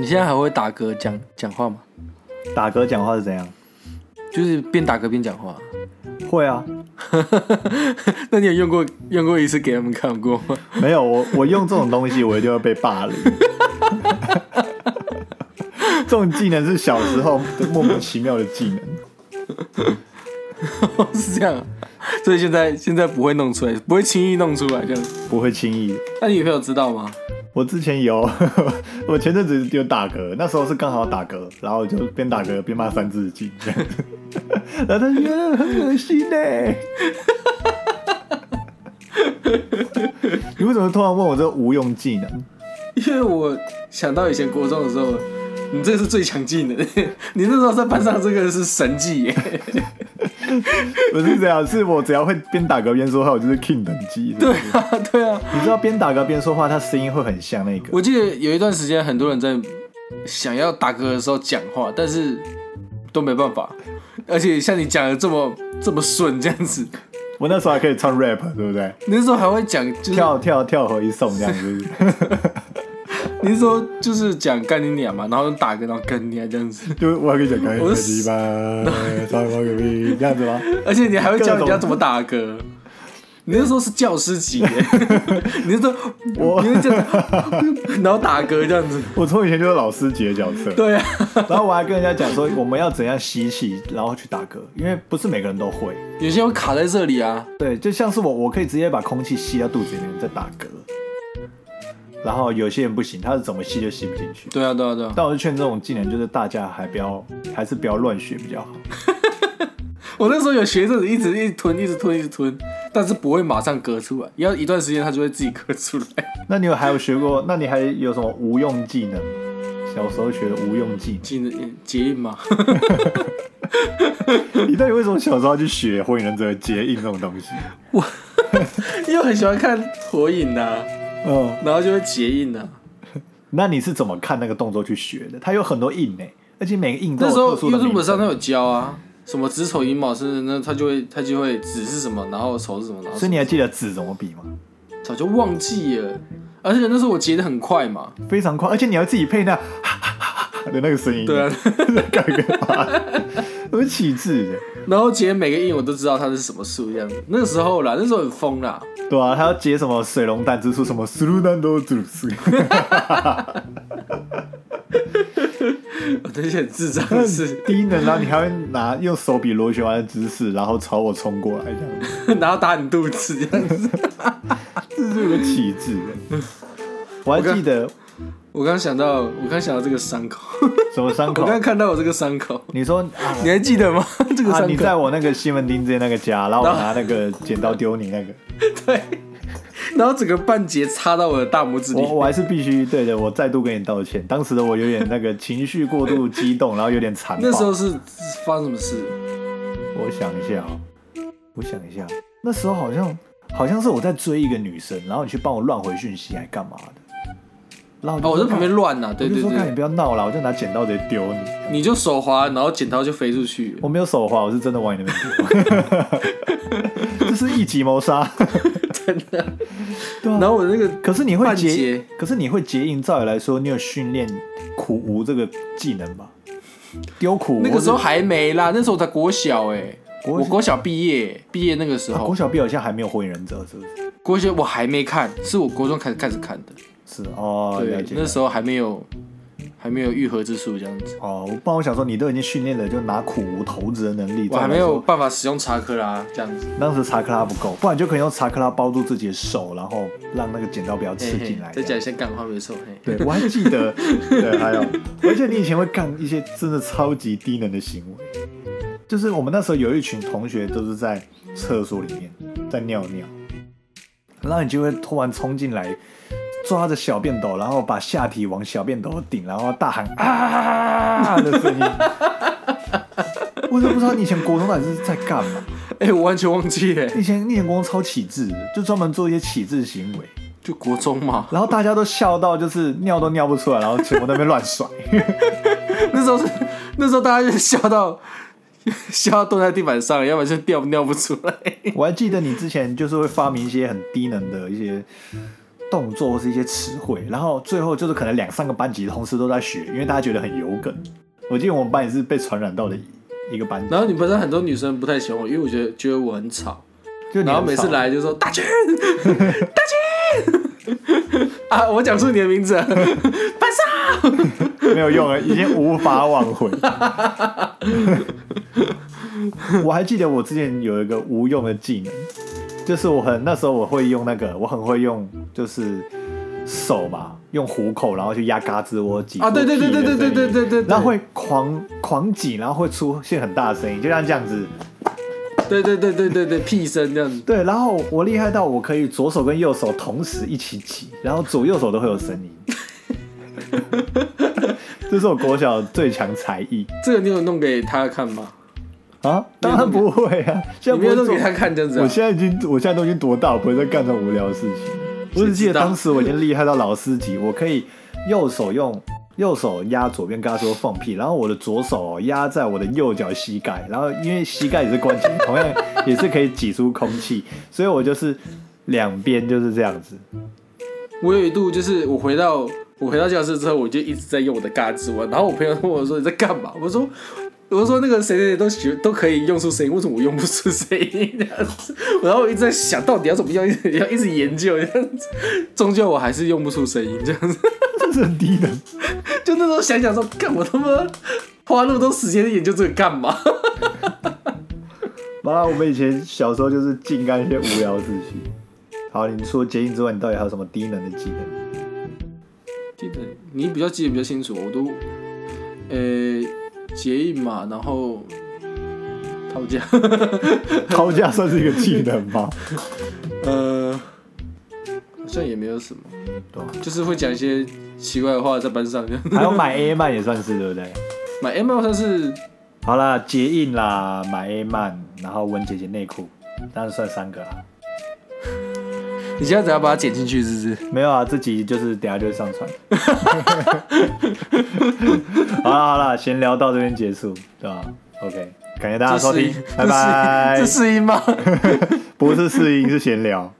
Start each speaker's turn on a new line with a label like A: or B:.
A: 你现在还会打嗝讲讲话吗？
B: 打嗝讲话是怎样？
A: 就是边打嗝边讲话。
B: 会啊，
A: 那你有用过用过一次给他们看过吗？
B: 没有我我用这种东西，我一定会被霸凌。 这种技能是小时候莫名其妙的技能，
A: 是这样啊、所以现在现在不会弄出来，不会轻易弄出来这样。
B: 不会轻易。
A: 那你女朋友知道吗？
B: 我之前有， 我前阵子有打嗝，那时候是刚好打嗝，然后我就边打嗝边骂《三字经》这样子，然后他觉得很恶心欸呢。你为什么突然问我这个无用技能？
A: 因为我想到以前国中的时候，你这是最强技能， 你那时候在班上这个是神技耶。
B: 不是这样，是我只要会边打嗝边说话，我就是 king 等级。
A: 对啊，对啊，
B: 你知道边打嗝边说话，他声音会很像那个。
A: 我记得有一段时间很多人在想要打嗝的时候讲话，但是都没办法，而且像你讲的这么这么顺这样子，
B: 我那时候还可以唱 rap，对不对？
A: 你那时候还会讲就是
B: 跳跳跳河一送这样子，
A: 你是说就是讲干你娘嘛，然后打嗝，然后干你啊这样 子，
B: 就我还可以讲哎开
A: 我
B: 心
A: 是
B: 吧，唱我个屁这样子吗？
A: 而且你还会教人家怎么打嗝。你那时候是教师级 耶，你那时候
B: 我
A: 你会这样，然后打嗝这样子，
B: 我从以前就是老师级的角色，
A: 对啊，
B: 然后我还跟人家讲说我们要怎样吸气，然后去打嗝，因为不是每个人都会。
A: 有些人会卡在这里啊，
B: 对，就像是我，我可以直接把空气吸到肚子里面再打嗝，然后有些人不行，他是怎么吸就吸不进去。
A: 对啊，对啊，对啊，
B: 但我就劝这种技能，就是大家还不要，还是不要乱学比较好。
A: 我那时候有学着一直一直吞，一直吞，一直吞，但是不会马上嗝出来，要一段时间它就会自己嗝出 来。
B: 那你有还有学过？ 那你还有什么无用技能？小时候学的无用技
A: 记得结印吗？
B: 能，你到底为什么小时候要去学火影忍者的结印这种东西？
A: 因为很喜欢看火影呐、啊，
B: 嗯，
A: 然后就会结印呐、啊。
B: 那你是怎么看那个动作去学的？它有很多印呢、而且每个印都
A: 那
B: 有
A: 时候
B: 特殊的名
A: YouTube 上
B: 称
A: 他有教啊，什么子丑寅卯生日，那他就会他就会子是什么，然后丑是什么，然后
B: 所以你还记得子怎么比吗？
A: 早就忘记了。而且那时候我结的很快嘛，
B: 非常快，而且你要自己配那 的那个声音，
A: 对啊，
B: 干嘛？我起智的，
A: 然后结每个印我都知道它是什么数这样子。那个时候啦，那时候很疯啦，
B: 对啊，他要接什么水龙弹之术，什么斯鲁丹多之术，
A: 我那些很智障的事，
B: 低能，然后你还会拿用手比螺旋丸的姿势，然后朝我冲过来，这样子，
A: 然后打你肚子这样子。
B: 这是个起智的。我还记得
A: 我刚想到，我刚想到这个伤口，
B: 什么伤
A: 我
B: 口
A: 刚？看到我这个伤口，
B: 你说啊
A: 你还记得吗？ 这个
B: 啊，
A: 伤
B: 你
A: 口，
B: 在我那个西门町街那个家，然后我
A: 然后
B: 拿那个剪刀丢你 那个，
A: 对，然后整个半截插到我的大拇指里
B: 我，我还是必须对的，我再度跟你道歉。当时的我有点那个情绪过度激动，然后有点残暴。
A: 那时候是发生什么事？
B: 我想一下、哦，我想一下，哦那时候好像好像是我在追一个女生，然后你去帮我乱回讯息，还干嘛的？然后
A: 哦，我在
B: 就说
A: 旁边，乱呐，对
B: 我就
A: 对
B: 说看你
A: 对，
B: 不要闹了，我就拿剪刀直接丢你。
A: 你就手滑，然后剪刀就飞出去。
B: 我没有手滑，我是真的往你那边丢，这 是一级 谋杀，真的。对啊，
A: 然后我那个
B: 可是你会
A: 半
B: 结
A: 截，
B: 可是你会结印，照理来说，你有训练苦无这个技能吧？丢苦无
A: 那个时候
B: 是
A: 还没啦，那时候我才国小哎、
B: 国
A: 我国小毕业，毕业那个时
B: 啊
A: 候，
B: 国小毕业好像还没有火影忍者，是不是？
A: 国小我还没看，是我国中开始开始看的，
B: 是哦，了
A: 对，
B: 解。
A: 那时候还没有还没有愈合之术这样子，
B: 哦，我不然我想说，你都已经训练了，就拿苦无投资的能力。
A: 我还没
B: 照理
A: 有
B: 来
A: 办法使用查克拉这样子，
B: 说，当时查克拉不够，不然就可以用查克拉包住自己的手，然后让那个剪刀不要
A: 嘿
B: 刺
A: 嘿
B: 进来。
A: 再
B: 这
A: 讲
B: 样
A: 一些干话没错，嘿，
B: 对，我还记得，对，还有，而且你以前会干一些真的超级低能的行为，就是我们那时候有一群同学都是在厕所里面在尿尿，然后你就会突然冲进来，抓着小便斗，然后把下体往小便斗顶，然后大喊啊的声音。我都不知道你以前国中到底是在干嘛，
A: 哎、我完全忘记了、
B: 以前你以前国中超启智的，就专门做一些启智行为。
A: 就国中嘛，
B: 然后大家都笑到就是尿都尿不出来，然后全部在那边乱甩。
A: 那时候是那时候大家就笑到笑到蹲在地板上，要不然就尿尿不出来。
B: 我还记得你之前就是会发明一些很低能的一些动作或是一些词汇，然后最后就是可能两三个班级同时都在学，因为大家觉得很有梗。我记得我们班也是被传染到的一个班级，
A: 然后你们班上很多女生不太喜欢我，因为我觉得觉得我很吵，
B: 就你
A: 然后每次
B: 很吵
A: 来就说大军， 大军啊，我讲出你的名字 了，班上。
B: 没有用了，已经无法挽 回。我还记得我之前有一个无用的技能，就是我很那时候我会用那个，我很会用就是手嘛，用虎口然后去压嘎吱窝挤
A: 啊对对对对对对对对对对
B: 然后会狂狂挤，然后会出现很大的声音，就像这样子。
A: 对对对对对对，屁声这样子。
B: 对，然后我厉害到我可以左手跟右手同时一起挤，然后左右手都会有声音。 这是我国小最强才艺。
A: 这个你有弄给他看吗？
B: 啊，当然不会啊，现在
A: 你
B: 不
A: 没有
B: 会
A: 弄
B: 做
A: 给他看这样子、
B: 我
A: 啊？
B: 现在已经，我现在都已经多大了，不会再干这种无聊的事情。我只记得当时我已经厉害到老司机，我可以右手用右手压左边，跟他说放屁，然后我的左手哦压在我的右脚膝盖，然后因为膝盖也是关节，同样也是可以挤出空气， 所以我就是两边就是这样子。
A: 我有一度就是我回到我回到教室之后，我就一直在用我的嘎吱窝，然后我朋友问我说你在干嘛？我说。我说那个谁谁谁都学都可以用出声音，为什么我用不出声音？这样子，然后我一直在想到底要怎么样，一直要一直研究这样子，终究我还是 用不出声音这样子。
B: 这是很低能，
A: 就那时候想想说，干我他 妈花那么多时间研究这个干嘛？
B: 完了，我们以前小时候就是净干一些无聊的事情。好，你除了捷运之外，你到底还有什么低能的技能？
A: 记得你比较记得比较清楚，我都，呃，结印嘛，然后他们家，
B: 吵架算是一个技能吗？
A: 呃，好像也没有什么，
B: 对啊
A: 就是会讲一些奇怪的话在班上。
B: 还有买 A 漫也算是对不对？
A: 买 M 好像是
B: 好啦，结印啦，买 A 漫，然后文姐姐内裤，当然算三个啊啦。
A: 你现在只要把它剪进去，是不是？
B: 没有啊，这集就是等下就会上传。 好啦好啦，闲聊到这边结束，对吧？OK，感谢大家收 听，拜拜
A: 这。是音吗？
B: 不是试音，是闲聊。